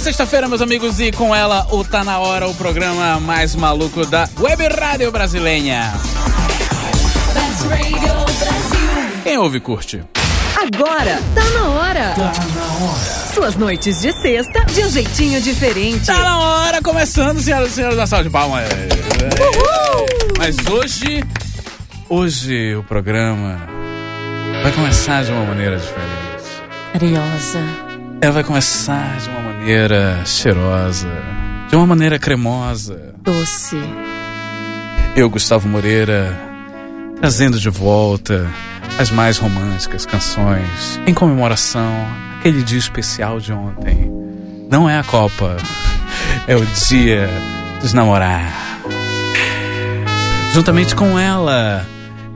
sexta-feira, meus amigos, e com ela o Tá Na Hora, o programa mais maluco da Web Rádio Brasileira. Quem ouve, curte. Agora tá na hora. Suas noites de sexta de um jeitinho diferente. Tá na hora, começando, senhoras e senhores da sala de palma. Uhul! Mas hoje, hoje o programa vai começar de uma maneira diferente. Ariosa. Ela vai começar de uma maneira cheirosa, de uma maneira cremosa. Doce. Eu, Gustavo Moreira, trazendo de volta as mais românticas canções em comemoração àquele dia especial de ontem. Não é a Copa, é o Dia dos Namorar. Juntamente com ela,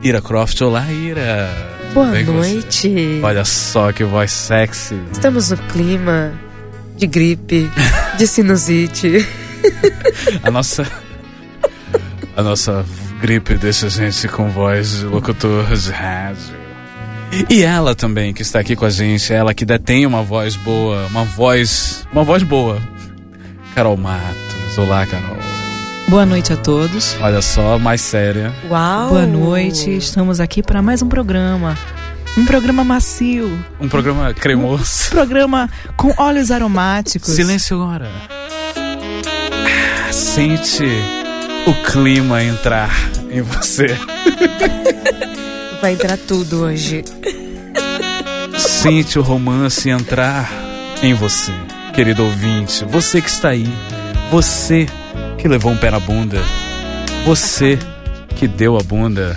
Ira Croft. Olá, Ira. Tudo Boa bem com você? noite. Olha só que voz sexy. Estamos no clima de gripe, de sinusite. A nossa. A nossa gripe deixa a gente com voz de locutor de rádio. E ela também que está aqui com a gente, ela que detém uma voz boa, uma voz. Uma voz boa. Carol Matos. Olá, Carol. Boa noite a todos. Olha só, mais séria. Uau. Boa noite. Estamos aqui para mais um programa. Um programa macio. Um programa cremoso. Programa com óleos aromáticos. Silêncio agora. Ah, Sente o clima entrar em você. Vai entrar tudo hoje. Sente o romance entrar em você, querido ouvinte. Você que está aí. Você que levou um pé na bunda. Você que deu a bunda.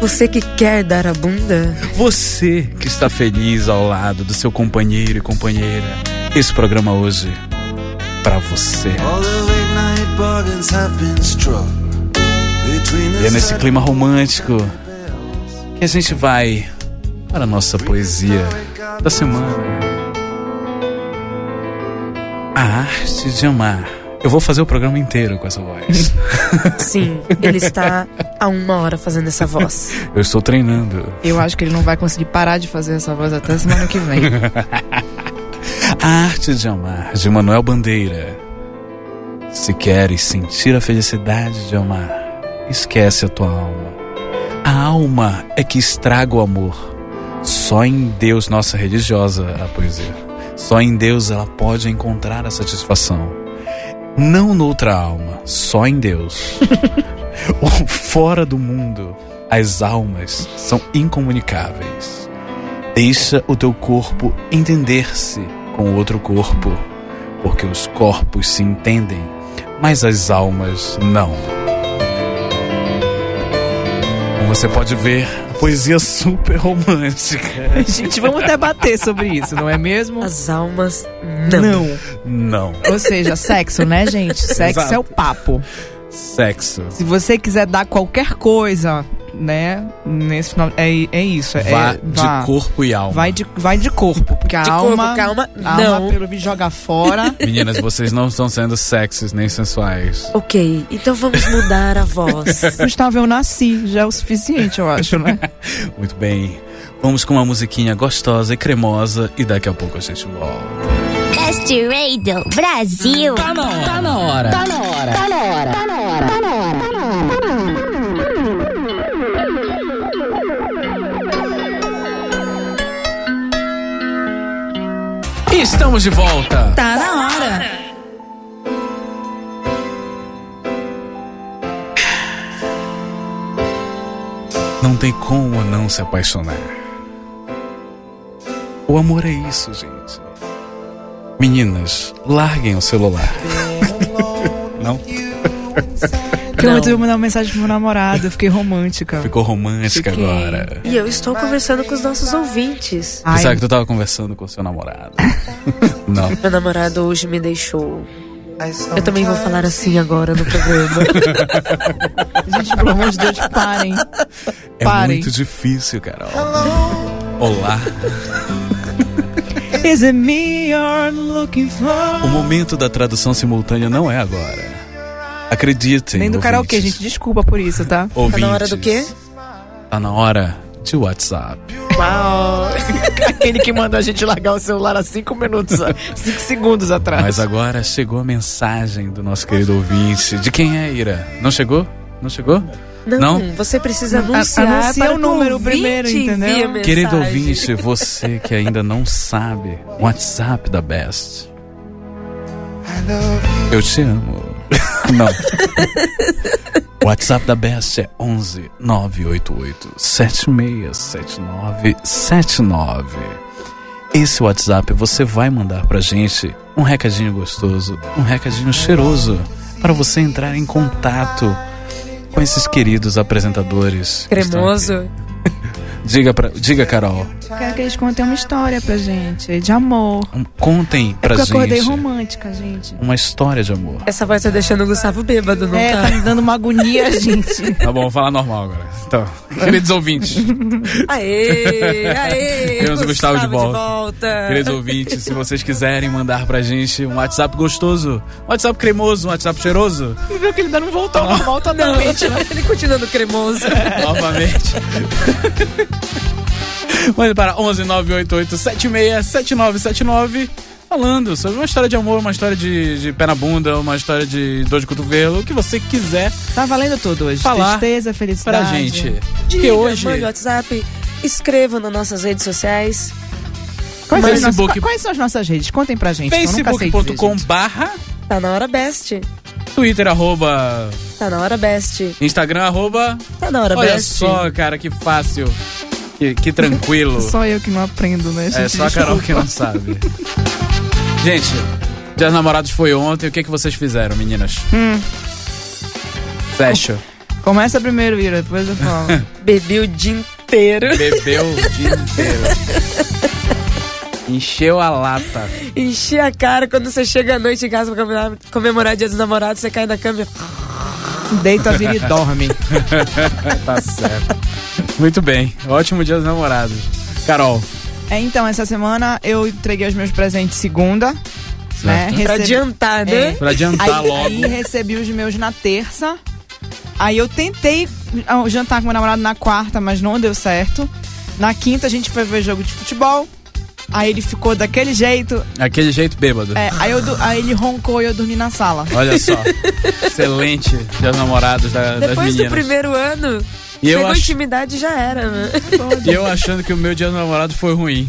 Você que quer dar a bunda? Você que está feliz ao lado do seu companheiro e companheira. Esse programa hoje para você. All the late night bargains have been struck between the E é nesse clima romântico bells. que a gente vai para a nossa poesia da semana. né? A arte de amar. Eu vou fazer o programa inteiro com essa voz. Sim, ele está há uma hora fazendo essa voz. Eu estou treinando. Eu acho que ele não vai conseguir parar de fazer essa voz até semana que vem. A Arte de Amar, de Manuel Bandeira. Se queres sentir a felicidade de amar, esquece a tua alma. A alma é que estraga o amor. Só em Deus, nossa religiosa, a poesia. Só em Deus ela pode encontrar a satisfação. Não noutra alma, só em Deus. Ou fora do mundo, as almas são incomunicáveis. Deixa o teu corpo entender-se com outro corpo, porque os corpos se entendem, mas as almas não. Como você pode ver, a poesia super romântica. Gente, vamos debater sobre isso, não é mesmo? As almas não. Não. Ou seja, sexo, né, gente? Sexo Exato. é o papo. Sexo. Se você quiser dar qualquer coisa, né? Nesse final. É, é isso. É, Vá vá. de corpo e alma. Vai de, vai de corpo, porque a De corpo, alma, calma, a não. alma pelo visto joga fora. Meninas, vocês não estão sendo sexys nem sensuais. Ok, então vamos mudar a voz. Gustavo, eu nasci, já é o suficiente, eu acho, né? Muito bem. Vamos com uma musiquinha gostosa e cremosa e daqui a pouco a gente volta. Best Radio Brasil. Tá na hora. Tá na hora. Tá na hora. Estamos de volta. Tá na hora. Não tem como não se apaixonar. O amor é isso, gente. Meninas, larguem o celular. Não? Porque ontem eu mandar uma mensagem pro meu namorado, eu fiquei romântica. Ficou romântica Fiquei. agora. E eu estou conversando com os nossos ouvintes. Ai, Pensava que tu tava conversando com seu namorado. Não. Meu namorado hoje me deixou. I Eu também vou falar assim agora no programa. gente, pelo amor de Deus, parem. É Parem. muito difícil, Carol. Olá. Is it me you're looking O for? momento da tradução simultânea não é agora. Acreditem. Nem do ouvintes. karaokê, gente, desculpa por isso, tá? Ouvintes. hora do quê? Tá na hora de WhatsApp. Uau! Aquele que mandou a gente largar o celular há cinco minutos, cinco segundos atrás. Mas agora chegou a mensagem do nosso querido ouvinte. De quem é, Ira? Não chegou? Não chegou? Não, Não? você precisa A- anunciar anuncia para o número ouvinte primeiro, envie a entendeu? mensagem. Querido ouvinte, você que ainda não sabe, WhatsApp da Best. Eu te amo. Não. WhatsApp da Best é 11 988 7679 79. Esse WhatsApp você vai mandar pra gente um recadinho gostoso, um recadinho cheiroso, para você entrar em contato com esses queridos apresentadores. que estão aqui. Cremoso. Diga, pra, diga Carol. Quero que eles contem uma história pra gente, de amor. Um- Contem É pra porque eu acordei gente romântica, gente. uma história de amor. Essa voz tá deixando o Gustavo bêbado, não É, tá? tá me dando uma agonia, gente. Tá bom, vou falar normal agora. Então, queridos ouvintes, Aê, aê. Temos o Gustavo de volta. volta. queridos ouvintes, se vocês quiserem mandar pra gente um WhatsApp gostoso, um WhatsApp cremoso, um WhatsApp cheiroso, Você viu que ele ainda não voltou ao normal totalmente. Ele continuando cremoso. É. novamente. Mande para 11 988 76 7979 falando sobre uma história de amor, uma história de, de pé na bunda, uma história de dor de cotovelo, o que você quiser Tá valendo tudo hoje. Falar Tristeza, felicidade. pra gente. Porque Diga, hoje. mande WhatsApp, escreva nas nossas redes sociais. Quais, Mas são as Facebook- nossas, quais são as nossas redes? Contem pra gente. que eu nunca sei dizer, facebook.com gente. barra Tá na hora best. Twitter arroba Tá na hora best. Instagram arroba Tá na hora Olha best. só, cara, que fácil Que, que tranquilo Só eu que não aprendo, né, gente? É só a Carol que não sabe Gente, Dia dos Namorados foi ontem O que, que vocês fizeram, meninas? Hum. Fecha Começa primeiro, Ira, depois eu falo. Bebi o dia inteiro. Bebeu o dia inteiro Encheu a lata Enchi a cara quando você chega à noite em casa pra comemorar, comemorar dia dos namorados, você cai na cama e... Deita, vira e dorme. Tá certo Muito bem, ótimo Dia dos Namorados Carol É, então, essa semana eu entreguei os meus presentes segunda, né? Certo. Pra Recebi- adiantar, né? É. Pra adiantar aí, Tá logo aí recebi os meus na terça. Aí eu tentei ah, jantar com meu namorado na quarta, mas não deu certo. Na quinta a gente foi ver jogo de futebol. Aí ele ficou daquele jeito. Aquele jeito bêbado é, aí, eu du- aí ele roncou e eu dormi na sala. Olha só, excelente Dia dos Namorados da, das Depois meninas do primeiro ano, E eu pegou acho- intimidade e já era, né? E eu achando que o meu dia do namorado foi ruim.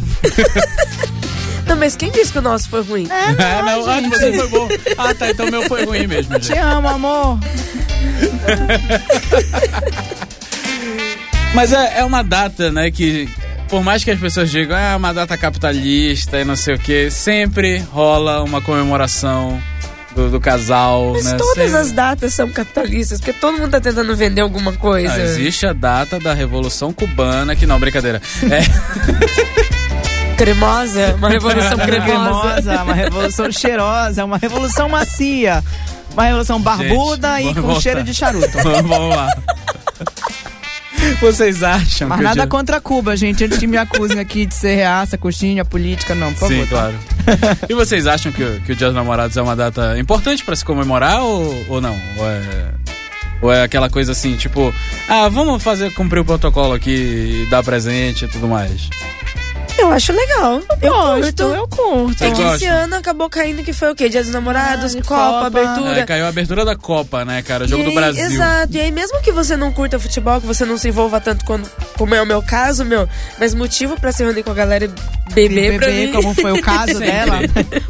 Não, mas quem disse que o nosso foi ruim? É, não, Ah, não, ah, de gente. vocês foi bom. Ah, tá, então o meu foi ruim mesmo. Te gente. amo, amor. Mas é, é uma data, né, que por mais que as pessoas digam, ah, é uma data capitalista e não sei o quê, sempre rola uma comemoração do, do casal, Mas né? todas sempre... as datas são capitalistas, porque todo mundo tá tentando vender alguma coisa. Ah, existe a data da Revolução Cubana, que não, brincadeira. É, Cremosa, uma revolução cremosa. cremosa, uma revolução cheirosa, uma revolução macia, uma revolução barbuda Gente, e com vamos cheiro voltar. de charuto. vamos lá. Vocês acham Mas que o nada dia... contra Cuba, gente. Antes que me acusem aqui de ser reaça, coxinha, política, não, por favor. Sim, claro. e vocês acham que, o- que o Dia dos Namorados é uma data importante pra se comemorar ou, ou não? Ou é, ou é aquela coisa assim, tipo, ah, vamos fazer cumprir o protocolo aqui e dar presente e tudo mais? Eu acho legal. Eu curto. eu curto. É Eu que esse gosto. ano acabou caindo que foi o quê? Dia dos namorados, Ah, Copa, Copa. abertura. É, caiu a abertura da Copa, né, cara? O jogo E do aí- Brasil. Exato. E aí, mesmo que você não curta futebol, que você não se envolva tanto quando, como é o meu caso, meu, mas motivo pra se reunir com a galera e beber, Bebê, pra mim. como foi o caso dela,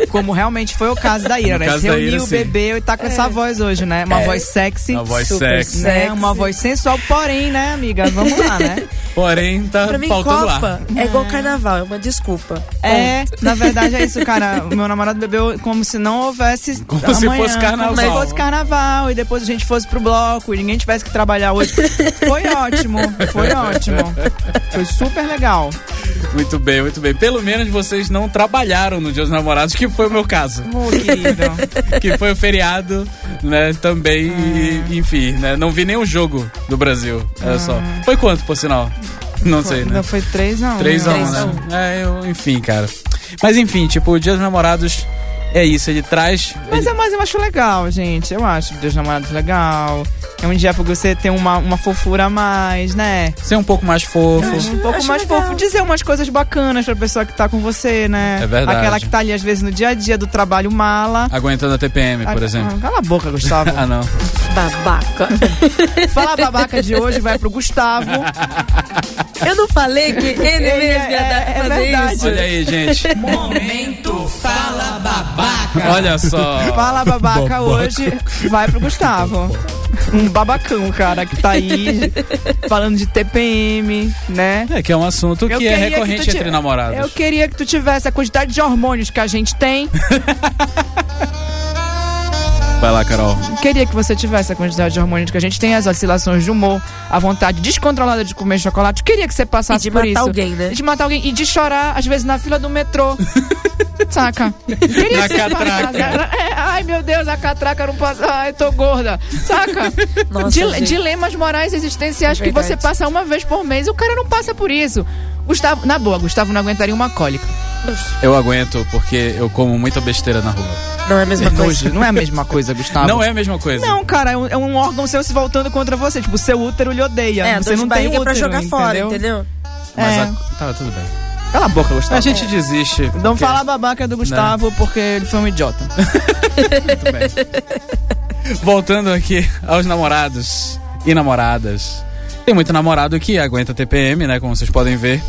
como realmente foi o caso da Ira, No né? caso Se da reuniu, Ira, sim. bebeu e tá com essa voz hoje, né? Uma voz sexy. Uma voz É. Super sexy. sexy. Né? Uma voz sensual, porém, né, amiga? Vamos lá, né? Porém, tá Pra mim, faltando ar. Copa é igual carnaval, é uma desculpa. É, na verdade é isso, cara. O meu namorado bebeu como se não houvesse. Como amanhã, se fosse carnaval. Como se fosse carnaval e depois a gente fosse pro bloco e ninguém tivesse que trabalhar hoje. Foi ótimo, foi ótimo. Foi super legal. Muito bem, muito bem. Pelo menos vocês não trabalharam no Dia dos Namorados, que foi o meu caso. Ô, querido. que foi o feriado, né? Também, Ah. e, enfim, né? Não vi nenhum jogo do Brasil. Olha só. Foi quanto, por sinal? Não sei, né? Não, foi 3 a 1 3 a né? 1 Três a né? É, eu, enfim, cara. Mas enfim, tipo, o Dia dos Namorados. É isso, ele traz. Mas, ele- é, mas eu acho legal, gente. Eu acho Deus Namorados legal. É um dia pra você ter uma, uma fofura a mais, né? Ser um pouco mais fofo. Um pouco acho mais legal. fofo. Dizer umas coisas bacanas pra pessoa que tá com você, né? É verdade. Aquela que tá ali, às vezes, no dia a dia do trabalho mala. Aguentando a TPM, por Ah, exemplo. ah, Cala a boca, Gustavo. Ah, não. Babaca. Fala babaca de hoje, vai pro Gustavo. Eu não falei que ele mesmo ia é- dar é fazer verdade. isso. Olha aí, gente. Momento fala babaca. Olha só. Fala babaca hoje, vai pro Gustavo. Um babacão, cara, que tá aí falando de TPM, né? É que é um assunto Eu que é queria que tu recorrente ti- entre namorados. Eu queria que tu tivesse a quantidade de hormônios que a gente tem. Vai lá, Carol. Queria que você tivesse a quantidade de hormônios que a gente tem, as oscilações de humor, a vontade descontrolada de comer chocolate. Queria que você E passasse de por matar isso. alguém, né? De matar alguém e de chorar, às vezes, na fila do metrô. Saca? Queria Na que você catraca. passasse- É, ai, meu Deus, a catraca não passa. Ai, tô gorda. Saca? Nossa, Dile- gente. É dilemas morais existenciais que Verdade. você passa uma vez por mês e o cara não passa por isso. Gustavo, na boa, Gustavo não aguentaria uma cólica. Eu aguento porque eu como muita besteira na rua. Não é a mesma coisa. Nojo, não é a mesma coisa, Gustavo. Não é a mesma coisa. Não, cara, é um, é um órgão seu se voltando contra você. Tipo, seu útero lhe odeia. É, você dor de não tem barriga útero, é pra jogar entendeu? fora, entendeu? Mas é. a- tá tudo bem. Cala a boca, Gustavo. A gente desiste. Não porque- fala a babaca né? do Gustavo porque ele foi um idiota. Voltando aqui aos namorados e namoradas. Tem muito namorado que aguenta TPM, né? Como vocês podem ver.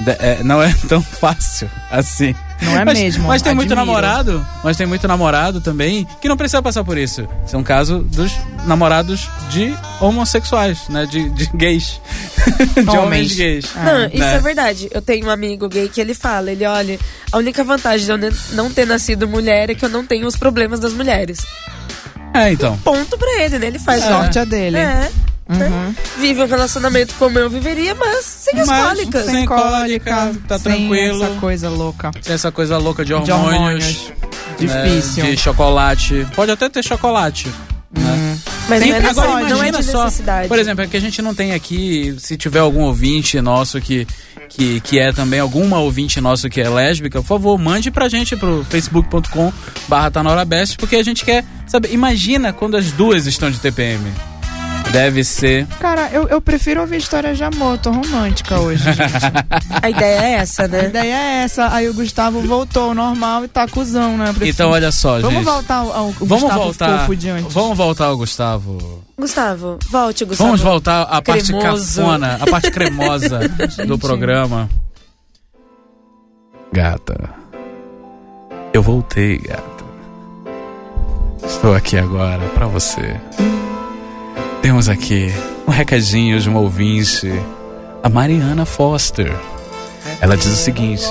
De- é, não é tão fácil assim. Não é mas, mesmo, Mas tem muito admiro. namorado, mas tem muito namorado também que não precisa passar por isso. Isso é um caso dos namorados de homossexuais, né? De, de gays. de homens, Homens. gays. Não, isso né? é verdade. Eu tenho um amigo gay que ele fala, ele olha, a única vantagem de eu ne- não ter nascido mulher é que eu não tenho os problemas das mulheres. É, então. Ponto pra ele, né? Ele faz Sorte a dele. É. Uhum. né? Vive um relacionamento como eu viveria, mas sem as Mas cólicas. sem cólica, tá sem tranquilo. Essa coisa louca. Tem essa coisa louca de De hormônios. hormônios. né, Difícil. de chocolate. Pode até ter chocolate. Né? Mas Tem- não é, necessidade, agora não é imagina de só, necessidade. Por exemplo, é que a gente não tem aqui, se tiver algum ouvinte nosso que, que, que é também, alguma ouvinte nosso que é lésbica, por favor, mande pra gente pro facebook.com barra tá na hora best, porque a gente quer saber. Imagina quando as duas estão de TPM. Deve ser. Cara, eu, eu prefiro ouvir histórias de amor. Tô romântica hoje. A ideia é essa, a né? ideia é essa. Aí o Gustavo voltou ao normal e tá cuzão, né? Eu prefiro- Então, olha só, Vamos gente. voltar ao, ao Vamos Gustavo voltar. fofo de antes. Vamos voltar ao Gustavo. Gustavo, volte, Gustavo. Vamos voltar à parte Cremoso. cafona, a parte cremosa do programa. Gata, eu voltei, gata. Estou aqui agora pra você. Temos aqui um recadinho de uma ouvinte, a Mariana Foster. Ela diz o seguinte: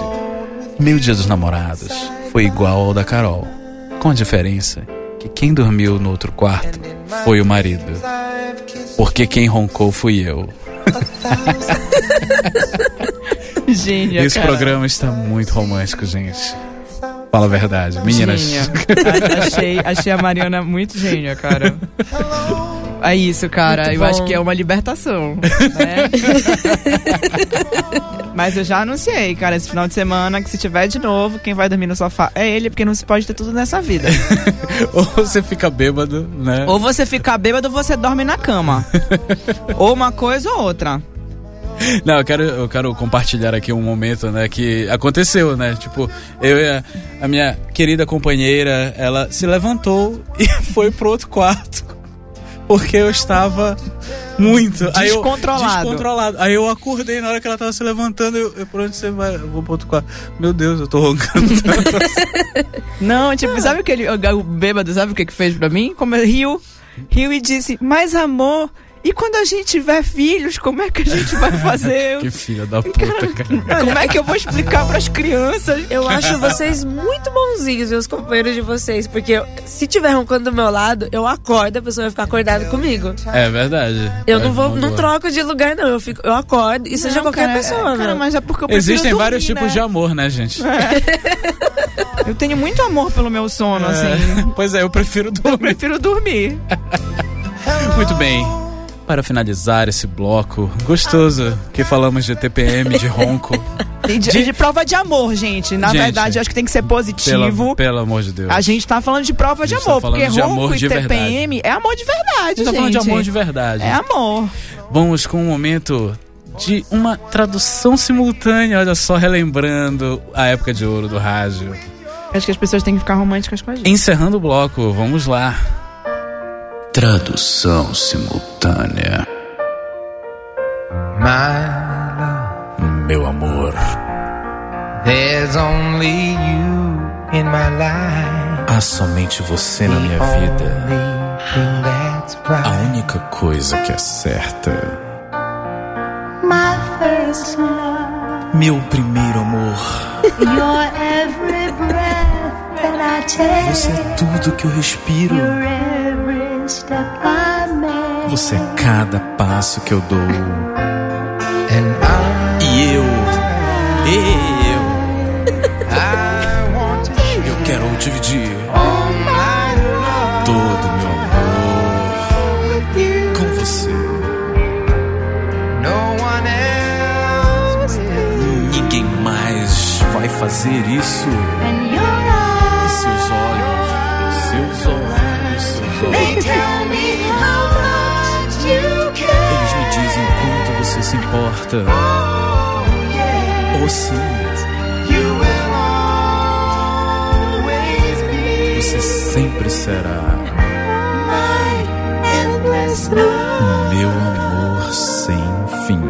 Meu dia dos namorados foi igual ao da Carol, com a diferença que quem dormiu no outro quarto foi o marido. Porque quem roncou fui eu. Gênia, Esse cara. programa está muito romântico, gente. Fala a verdade. Meninas, Gênia. A- achei, achei a Mariana muito gênia, cara. É isso, cara. Muito eu bom. acho que é uma libertação. né? Mas eu já anunciei, cara, esse final de semana que se tiver de novo, quem vai dormir no sofá é ele, porque não se pode ter tudo nessa vida. ou você fica bêbado, né? Ou você fica bêbado ou você dorme na cama. Ou uma coisa ou outra. Não, eu quero, eu quero compartilhar aqui um momento, né, que aconteceu, né? Tipo, eu e a, a minha querida companheira, ela se levantou e foi pro outro quarto. Porque eu estava muito aí eu- Descontrolado. descontrolado. Aí eu acordei na hora que ela tava se levantando, eu, eu por onde você vai? Eu vou pro outro quarto. Meu Deus, eu tô roncando. Não, tipo, Ah. sabe aquele o o bêbado, sabe o que que fez pra mim? Como riu, riu e disse, mas amor, e quando a gente tiver filhos, como é que a gente vai fazer? que filha da puta, cara. Como é que eu vou explicar pras crianças? Eu acho vocês muito bonzinhos, meus companheiros de vocês, porque eu- se tiver roncando do meu lado, eu acordo, a pessoa vai ficar acordada comigo. É verdade. Eu É não vou, não boa. troco de lugar, não. Eu, fico, eu acordo e seja Não, qualquer cara, pessoa, é, Cara, né? mas é porque eu prefiro Existem dormir, vários tipos né? de amor, né, gente? Eu tenho muito amor pelo meu sono, assim. É, Pois é, eu prefiro dormir. Prefiro dormir. Muito bem. Para finalizar esse bloco gostoso que falamos de TPM, de ronco, E de, e de prova de amor, gente. Na Gente, verdade, eu acho que tem que ser Pelo, positivo. pelo amor de Deus. A gente tá falando de prova de A gente tá amor, falando porque de amor ronco e de verdade. TPM é amor de verdade, não tá gente. falando de amor de verdade. É amor. Vamos com um momento de uma tradução simultânea, olha só, relembrando a época de ouro do rádio. Acho que as pessoas têm que ficar românticas com a gente. Encerrando o bloco, vamos lá. Tradução simultânea. My love, Meu amor, there's only you in my life. há somente você The only thing that's right. única coisa que é certa. é My first love, Meu primeiro amor, your every breath that I take, é tudo que eu respiro. your every step I make. Você é cada passo que eu dou. And I, E eu, eu, I want to share eu quero dividir all my love todo o meu amor com você. No one else will. Ninguém mais vai fazer isso. And your eyes, Seus olhos, seus olhos, seus they olhos. tell me how much you care. Eles me dizem quanto você se importa. Oh, Ou sim, You will always be você sempre será My endless love. meu amor sem fim.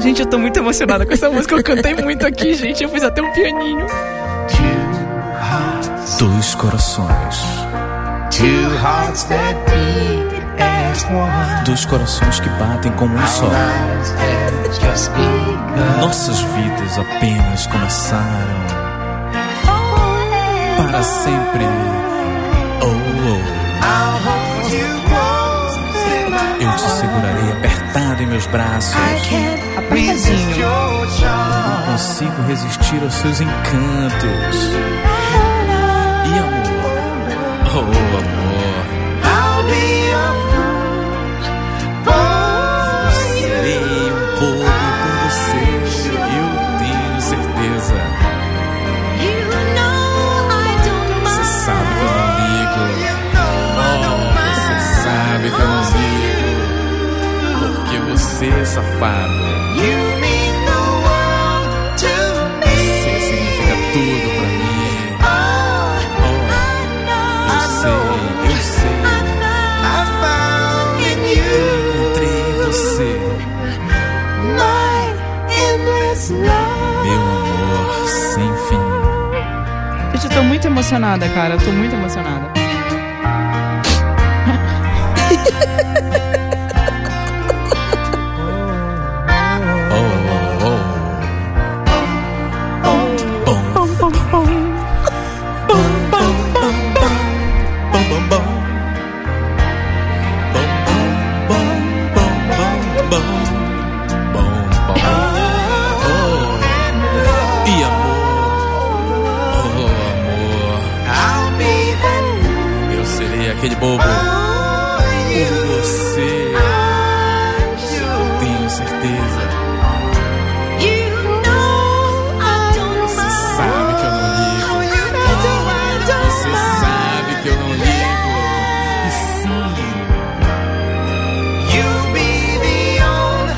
Gente, eu tô muito emocionada com essa música. Eu cantei muito aqui, gente. Eu fiz até um pianinho. two hearts, Dois corações, two hearts that beat as one. dois corações que batem como um só. Lives have just begun. Nossas vidas apenas começaram para sempre. Oh, I'll hold you close in my oh, eu te segurarei apertado em meus braços. Resist your charm. Consigo resistir aos seus encantos. E amor, oh amor, I'll be your fool for you. serei um pouco por você. Eu tenho certeza. Você sabe que eu não ligo. Oh, você sabe que eu não ligo. Porque você, é safado, You mean the world to me. você significa tudo pra mim. Oh, eu sei, eu sei. I found in you Encontrei você, my endless love. meu amor sem fim. Gente, eu tô muito emocionada, cara. Eu tô muito emocionada. Oh, oh, oh. Bom, bom, bom, bom, bom, bom, bom, bom, bom, bom, bom, bom, bom, bom, bom, bom, oh. E amor, oh, I'll be that amor, eu serei aquele bobo for you. por você, I'm sure tenho certeza. you know I don't Você sabe que eu não ligo. Você sabe que eu não ligo. E sim, You be the only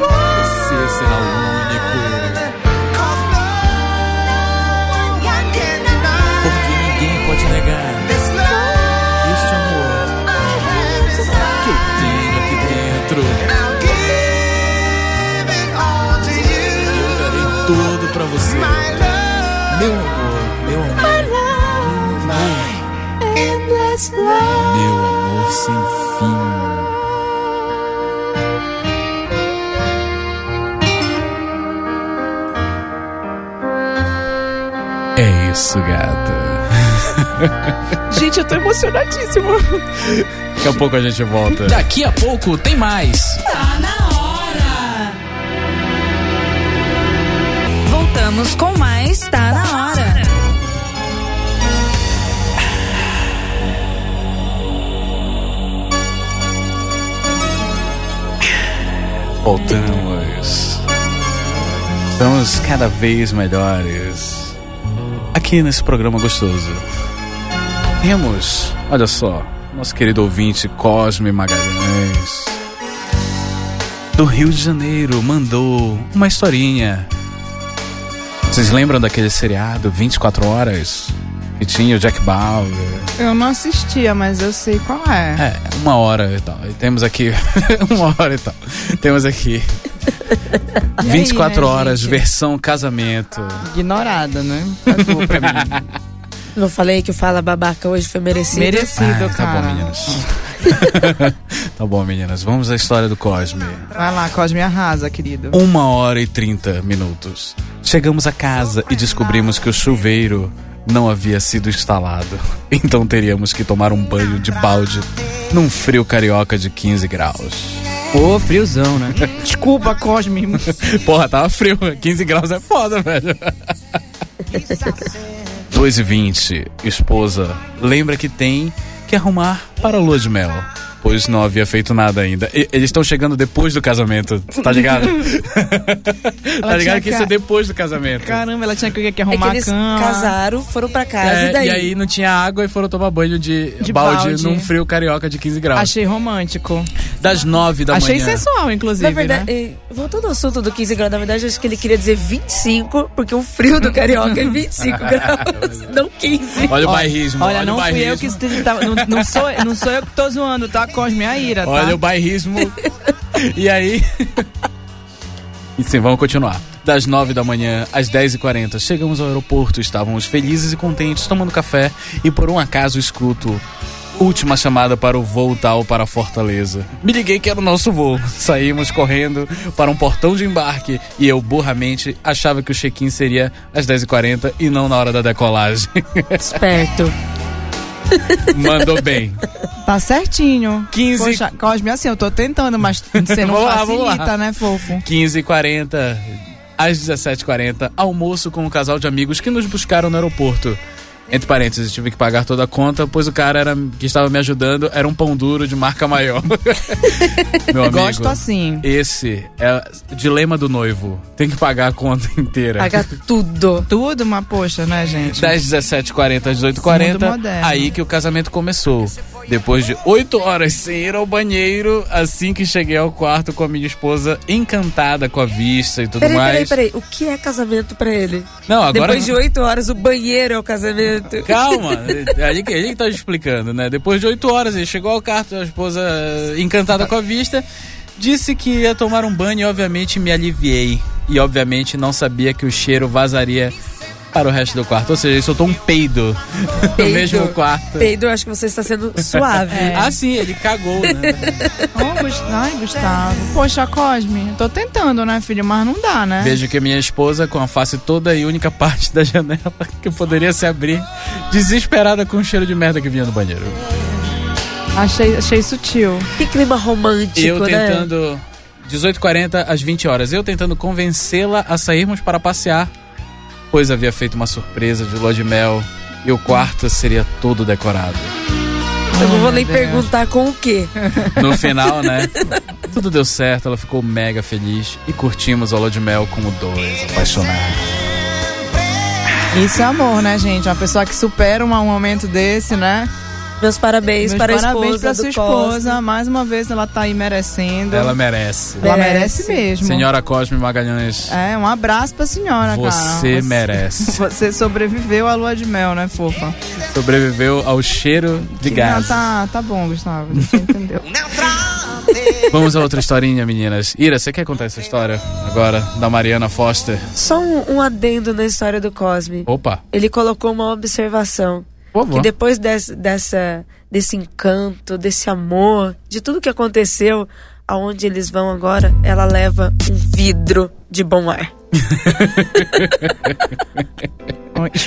one. você será o único. 'Cause no one can deny Porque ninguém pode negar this love este amor I have que eu inside. tenho aqui dentro. I'll give it all to you. Eu darei tudo pra você. My love. Meu amor, meu amor. Meu amor, endless love. meu amor sem fim. É isso, gata. Gente, eu tô emocionadíssima. Daqui a pouco a gente volta. Daqui a pouco tem mais. Tá Voltamos com mais Tá na Hora. voltamos. Estamos cada vez melhores. Aqui nesse programa gostoso. Temos, olha só, nosso querido ouvinte Cosme Magalhães. Do Rio de Janeiro mandou uma historinha. Vocês lembram daquele seriado 24 horas? Que tinha o Jack Bauer. Eu não assistia, mas eu sei qual é. É, uma hora e tal. E temos aqui. uma hora e tal. Temos aqui. 24 né, horas, gente? versão casamento. Ignorada, né? Acabou pra mim. Não falei que o Fala Babaca hoje foi merecido? Merecido, Ah, tá cara. bom, meninas. tá bom, meninas. Vamos à história do Cosme. Vai lá, Cosme, arrasa, querido. Uma hora e 30 minutos. Chegamos a casa e descobrimos que o chuveiro não havia sido instalado. Então teríamos que tomar um banho de balde num frio carioca de 15 graus. Ô, Um friozão, né? Desculpa, Cosme. Porra, tava frio. 15 graus é foda, velho. 2 e 20 Esposa, lembra que tem que arrumar para a lua de mel. Pois não havia feito nada ainda. E- eles estão chegando depois do casamento, tá ligado? tá Ela ligado tinha que isso é ca- depois do casamento. Caramba, ela tinha que, que É que arrumar eles a cama. casaram, foram pra casa É, e daí. E aí não tinha água e foram tomar banho de, De balde, balde. num frio carioca de 15 graus. Achei romântico. Das 9 da Achei manhã. sensual, inclusive, Na verdade, né? eh, voltando ao assunto do 15 graus, na verdade, eu acho que ele queria dizer 25, porque o frio do carioca é 25 graus, não 15. Olha o Olha- é- bairrismo, olha, Olha, não o fui eu bairrismo. que esteja- tá- não, não sou, não sou eu que tô zoando, tá? Cosme, é a ira, tá? Olha o bairrismo. e aí? E sim, vamos continuar. Das 9 da manhã às 10h40, chegamos ao aeroporto, estávamos felizes e contentes, tomando café, e por um acaso escuto última chamada para o voo tal para Fortaleza. Me liguei que era o nosso voo. Saímos correndo para um portão de embarque e eu, burramente, achava que o check-in seria às 10h40 e não na hora da decolagem. Esperto. Mandou bem. Tá certinho. 15. Poxa, Cosme, assim, eu tô tentando, mas você não Vamos lá, vamos lá. facilita, né, fofo? 15h40, às 17h40, almoço com um casal de amigos que nos buscaram no aeroporto. Entre parênteses, tive que pagar toda a conta, pois o cara era, que estava me ajudando era um pão duro de marca maior. Meu amigo, Gosto assim. esse é o dilema do noivo. Tem que pagar a conta inteira. Paga tudo. Tudo, mas poxa, né, gente? Das 17h40 às Mundo 18h40, moderno. aí que o casamento começou. Depois de 8 horas sem ir ao banheiro, assim que cheguei ao quarto com a minha esposa encantada com a vista e tudo Peraí, mais. peraí, peraí. O que é casamento pra ele? Não, agora. Depois de 8 horas, o banheiro é o casamento. Calma, é ele, que- ele que tá explicando, né? Depois de oito horas, ele chegou ao carro, a esposa eh, encantada com a vista, disse que ia tomar um banho e, obviamente, me aliviei. E, obviamente, não sabia que o cheiro vazaria para o resto do quarto. Ou seja, ele soltou um peido, no Peido. mesmo quarto. Peido, eu acho que você está sendo suave. Ah, sim, ele cagou, né? Ô, Gus- Ai, Gustavo. Poxa, Cosme, eu tô tentando, né, filho? Mas não dá, né? Vejo que minha esposa, com a face toda e única parte da janela que poderia se abrir, desesperada com o cheiro de merda que vinha do banheiro. Achei, achei sutil. Que clima romântico, eu né? tentando. 18h40 às 20 horas. Eu tentando convencê-la a sairmos para passear, pois havia feito uma surpresa de lua de mel e o quarto seria todo decorado. Eu não vou nem né? Deus. perguntar com o quê. No final, né? Tudo deu certo, ela ficou mega feliz e curtimos a lua de mel como dois apaixonados. Isso é amor, né, gente? Uma pessoa que supera um momento desse, né? Meus parabéns Meus para parabéns a esposa pra do sua Cosme. esposa. Mais uma vez, ela tá aí merecendo. Ela merece. Ela merece. merece mesmo. Senhora Cosme Magalhães, É, um abraço pra senhora, cara. você merece. Você sobreviveu à lua de mel, né, fofa? Sobreviveu ao cheiro de gás. Não, tá, tá bom, Gustavo. Você entendeu. Né? Vamos a outra historinha, meninas. Ira, você quer contar essa história agora da Mariana Foster? Só um, um adendo na história do Cosme. Opa, Ele colocou uma observação. por Que favor. depois des- dessa, desse encanto, desse amor, de tudo que aconteceu, aonde eles vão agora, ela leva um vidro de bom ar.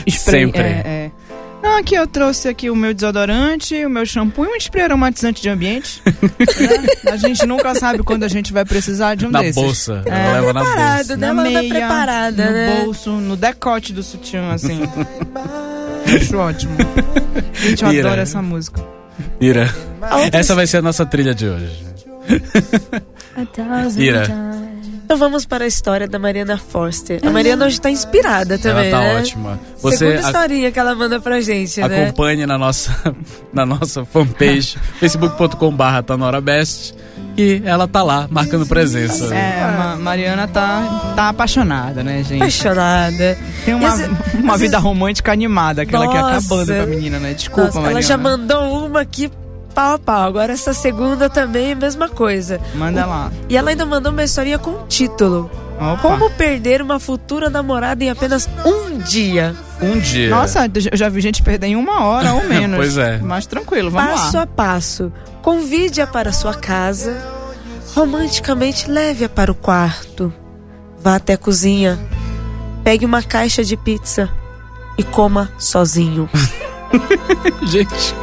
Spray, Sempre. É, é. Não, aqui eu trouxe aqui o meu desodorante, o meu shampoo e um spray aromatizante de ambiente. Né? A gente nunca sabe quando a gente vai precisar de um Na desses. bolsa. É. Ela leva na bolsa. Preparado, né? Ela anda preparada, no né? bolso, no decote do sutiã, assim. Acho ótimo. Gente, eu Ira. adoro essa música. Ira, A outra essa vai ser a nossa trilha de hoje. Ira, Então vamos para a história da Mariana Forster. A Mariana hoje tá inspirada também, ela tá né? ótima. Você Segunda a- historinha que ela manda pra gente, né? acompanhe na nossa, na nossa fanpage, facebook.com.br tanorabest, e ela tá lá, marcando presença. É, Ma- Mariana tá, tá apaixonada, né, gente? Apaixonada. Tem uma, Esse- uma esse- vida romântica animada, aquela que é Nossa. acabando com a menina, né? Desculpa, Nossa, Mariana. ela já mandou uma aqui pau a pau. Agora essa segunda também, mesma coisa. Manda lá. E ela ainda mandou uma historinha com um título. Opa. Como perder uma futura namorada em apenas um dia? Um dia. Nossa, eu já vi gente perder em uma hora ou menos. Pois é. Mas tranquilo, vamos Passo lá. a passo. Convide-a para sua casa. Romanticamente leve-a para o quarto. Vá até a cozinha. Pegue uma caixa de pizza e coma sozinho. gente.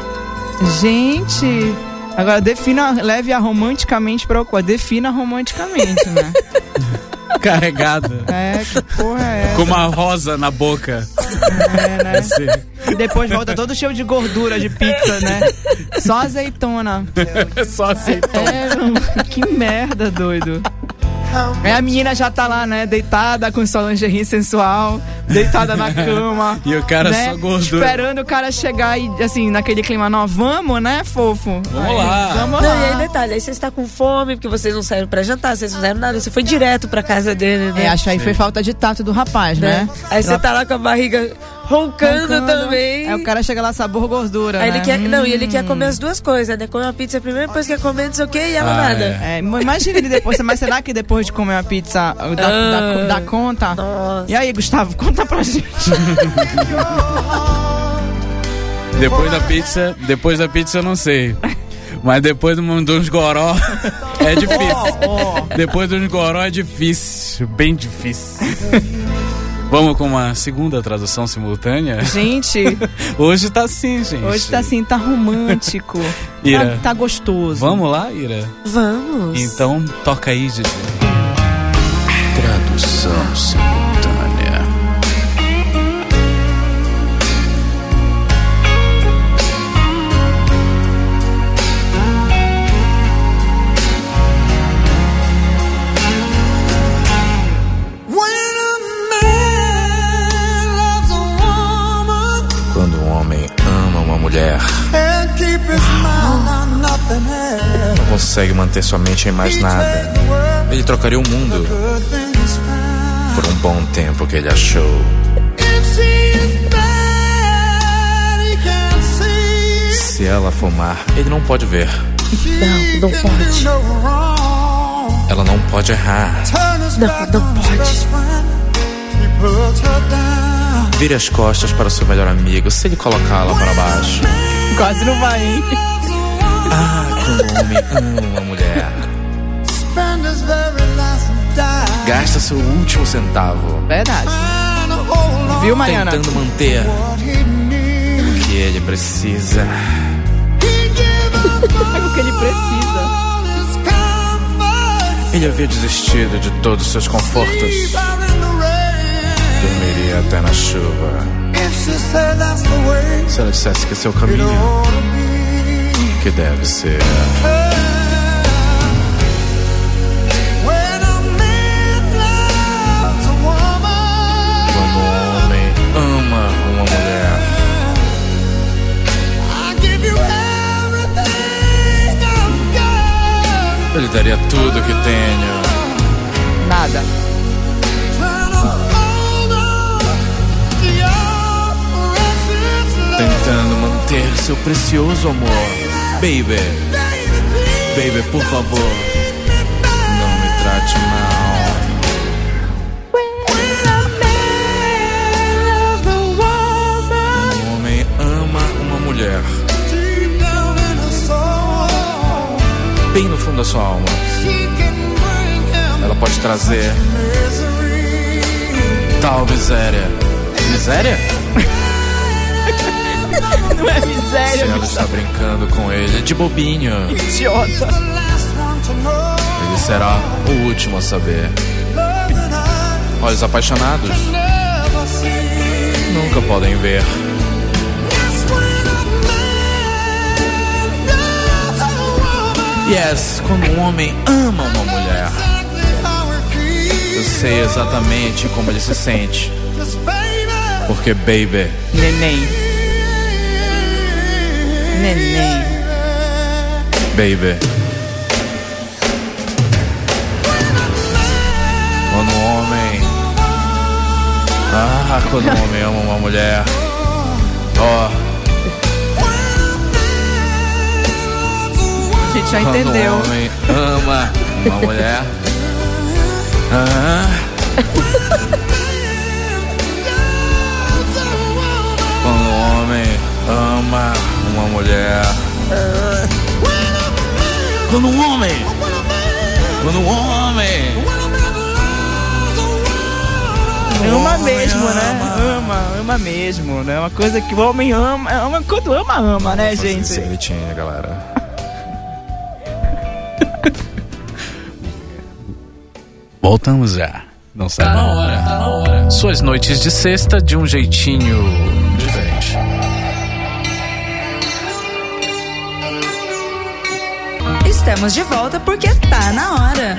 Gente, agora defina, leve a romanticamente pra qual? Defina romanticamente, né? Carregada. É, que porra é essa? Com uma rosa na boca. É, né? E depois volta todo cheio de gordura de pizza, né? Só azeitona. Só assim. É, mano, que merda, doido. É, a menina já tá lá, né? Deitada com sua lingerie sensual, deitada na cama. E o cara né? só gordura. Esperando o cara chegar e, assim, naquele clima, não, vamos, né, fofo? Vamos lá. Vamos Não, lá. e aí detalhe, aí você está com fome, porque vocês não saíram pra jantar, vocês não fizeram nada, você foi direto pra casa dele, né? É, acho aí foi falta de tato do rapaz, né? Né? Aí você tá lá com a barriga roncando, Roncando. também. Aí o cara chega lá, sabor gordura, Aí né? ele quer, não, e ele quer comer as duas coisas, né? Comer uma pizza primeiro, depois quer comer não sei o que e ela Ah, nada. é. É, imagina ele depois, mas será que depois de comer uma pizza uh, dá, dá- dá conta? Ah, Nossa. E aí, Gustavo, conta pra gente. Depois da pizza, depois da pizza eu não sei. Mas depois do mundo dos goró é difícil. Depois dos goró é difícil, bem difícil. Vamos com uma segunda tradução simultânea? Gente, Hoje tá assim, gente. hoje tá assim, tá romântico. Ira. Tá, tá gostoso. Vamos lá, Ira? Vamos. Então toca aí, Didi. Tradução simultânea. Quando um homem ama uma mulher, não consegue manter sua mente em mais nada. Ele trocaria o mundo por um bom tempo que ele achou. Se ela for má, ele não pode ver. Não, não pode. Ela não pode errar. Não, não pode. Vire as costas para o seu melhor amigo se ele colocá-la para baixo. Quase não vai, hein? Ah, como um homem ama uma mulher. Gasta seu último centavo Verdade. Viu, Mariana? tentando manter o que ele precisa. O que ele precisa. Ele havia desistido de todos os seus confortos. Dormiria até na chuva. Se ela dissesse que é seu caminho, que deve ser. Quando um homem ama uma mulher, ele daria tudo que tenho. Nada. Tentando manter seu precioso amor. Baby, baby, por favor, não me trate mal. Um homem ama uma mulher, bem no fundo da sua alma. Ela pode trazer tal miséria. Miséria? Não é Se miséria, ela está brincando com ele é de bobinho, idiota. ele será o último a saber. Olhos apaixonados nunca podem ver. Yes, quando um homem ama uma mulher, eu sei exatamente como ele se sente. Porque, baby, Neném. Neném. baby. Quando um homem. Ah, quando um homem ama uma mulher. Ó, A gente já quando entendeu. um homem ama uma mulher. Ah. Quando um homem ama uma mulher. Quando um homem. Quando um homem. Ama mesmo, né? Ama, ama mesmo, né? Uma coisa que o homem ama, ama quando ama, ama, né, Sim, gente? ele tinha, galera. Voltamos já. Não sai da hora. Tá na hora. Suas noites de sexta de um jeitinho diferente. Estamos de volta porque tá na hora.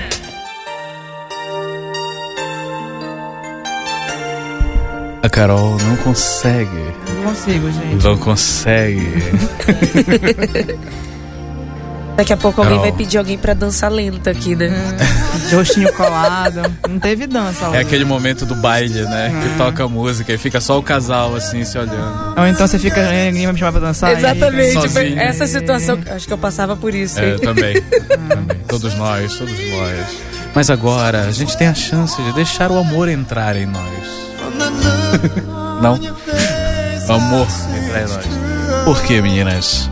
A Carol não consegue. Não consigo, gente. Não consegue. Daqui a pouco alguém Não. vai pedir alguém pra dançar lenta aqui, né? De rostinho colado. Não teve dança lá. É aquele momento do baile, né? Que toca a música e fica só o casal assim se olhando. Ou então você fica. "Eh, Ninguém vai me chamar pra dançar. Exatamente. Sozinho. foi Essa Um situação, acho que eu passava por isso. É, hein? também. também. Todos nós, todos nós. Mas agora a gente tem a chance de deixar o amor entrar em nós. Não? O amor entrar em nós. Por que, meninas?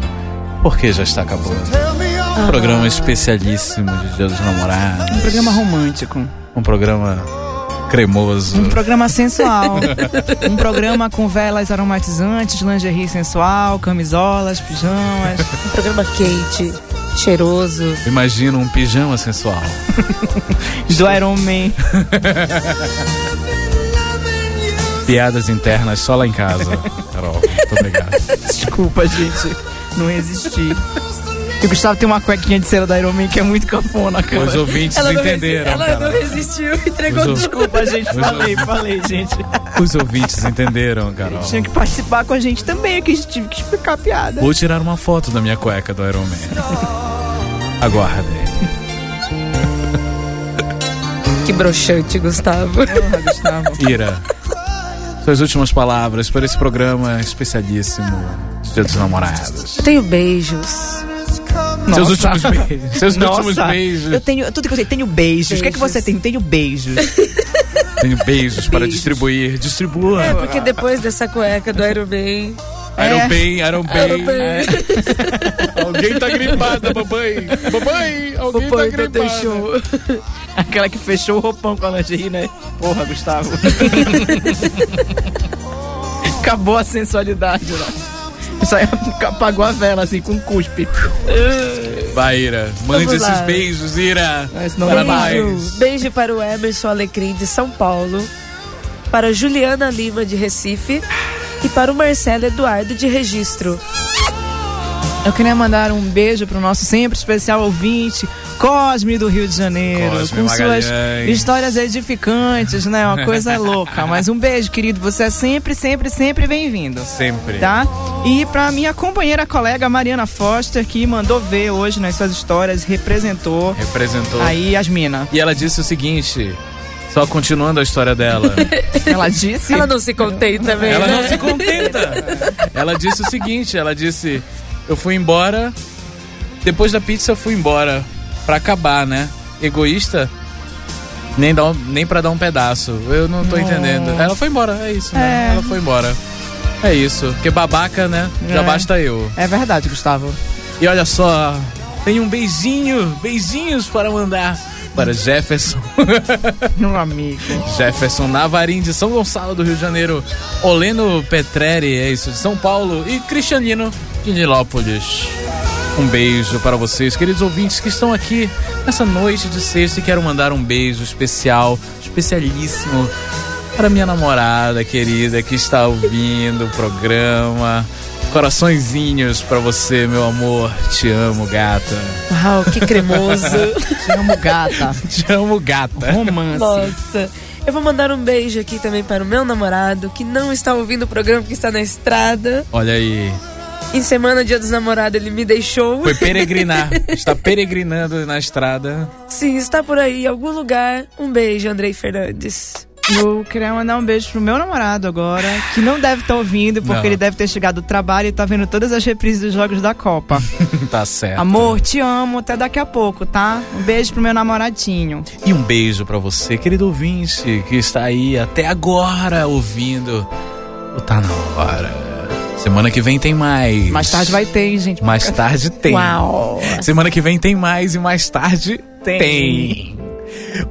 Porque já está acabando. Um programa especialíssimo de Dia dos Namorados. Um programa romântico. Um programa cremoso. Um programa sensual. um programa com velas aromatizantes, lingerie sensual, camisolas, pijamas. Um programa quente, cheiroso. Imagina um pijama sensual. do Iron Man. Piadas internas só lá em casa. Carol, muito obrigado. Desculpa, gente. Não resisti. E o Gustavo tem uma cuequinha de cera do Iron Man que é muito cafona, cara. Os ouvintes entenderam. Ela cara. não resistiu, entregou Os ou- tudo. Desculpa, gente. Falei, falei, gente. Os ouvintes entenderam, Carol. Tinha que participar com a gente também, que a gente tive que explicar a piada. Vou tirar uma foto da minha cueca do Iron Man. Aguardem. Que broxante, Gustavo. Porra, Gustavo. Ira, suas últimas palavras para esse programa especialíssimo de Dia dos Namorados. Tenho beijos. Seus últimos beijos. Seus últimos Nossa, Eu beijos. tenho. Tudo que eu sei, tenho beijos. O que é que você tem? Tenho beijos. Tenho beijos para distribuir. Distribua. É, porque depois dessa cueca do Iron Man... Iron Man, Iron Iron Man. Man. Alguém tá gripada, mamãe. Mamãe, alguém tá gripada. então, Aquela que fechou o roupão com a lingerie, né? Porra, Gustavo. Acabou a sensualidade, não. Isso aí apagou a vela, assim, com um cuspe. Vai, Ira. Mande Vamos lá. esses beijos, Ira. Ah, Senão Para não mais. vai. Beijo. Beijo para o Emerson Alecrim de São Paulo, para a Juliana Lima de Recife e para o Marcelo Eduardo de Registro. Eu queria mandar um beijo pro nosso sempre especial ouvinte, Cosme do Rio de Janeiro, Cosme com suas Magalhães. histórias edificantes, né? Uma coisa louca. Mas um beijo, querido. Você é sempre, sempre, sempre bem-vindo. Sempre. Tá? E pra minha companheira, colega Mariana Foster, que mandou ver hoje nas suas histórias, representou Representou. aí as minas. E ela disse o seguinte, só continuando a história dela. Ela disse. Ela não se contenta É também. Ela né? não se contenta. Ela disse o seguinte, ela disse: "Eu fui embora, depois da pizza eu fui embora pra acabar, né? Egoísta, nem dá um, nem para dar um pedaço. Eu não tô entendendo. Ela foi embora, é isso, né? É. Ela foi embora. É isso. Porque babaca, né? Já É. basta eu. É verdade, Gustavo. E olha só, tem um beijinho, beijinhos para mandar para Jefferson Meu amigo. Jefferson Navarim de São Gonçalo do Rio de Janeiro, Oleno Petreri, é isso, de São Paulo e Cristianino de Nilópolis. Um beijo para vocês, queridos ouvintes que estão aqui nessa noite de sexta e quero mandar um beijo especial, especialíssimo para minha namorada querida que está ouvindo o programa. Coraçõezinhos pra você, meu amor. Te amo, gata. Uau, que cremoso. Te amo, gata. Te amo, gata. Romance. Nossa. Eu vou mandar um beijo aqui também para o meu namorado, que não está ouvindo o programa, que está na estrada. Olha aí. Em semana, dia dos namorados, ele me deixou. Foi peregrinar. Está peregrinando na estrada. Sim, está por aí, em algum lugar. Um beijo, Andrei Fernandes. Eu queria mandar um beijo pro meu namorado agora, que não deve estar ouvindo, porque Não. ele deve ter chegado do trabalho e tá vendo todas as reprises dos jogos da Copa. Tá certo. Amor, te amo, até daqui a pouco, tá? Um beijo pro meu namoradinho. E um beijo pra você, querido ouvinte, que está aí até agora ouvindo o Tá Na Hora. Semana que vem tem mais. Mais tarde vai ter, hein, gente? Mais tarde tem. Uau! Semana que vem tem mais e mais tarde Tem. tem.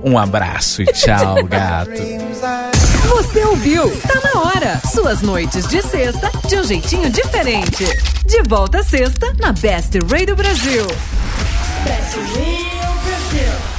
Um abraço e tchau, gato. Você ouviu? Tá na hora. Suas noites de sexta de um jeitinho diferente. De volta sexta na Best Radio Brasil. Best Real Brazil.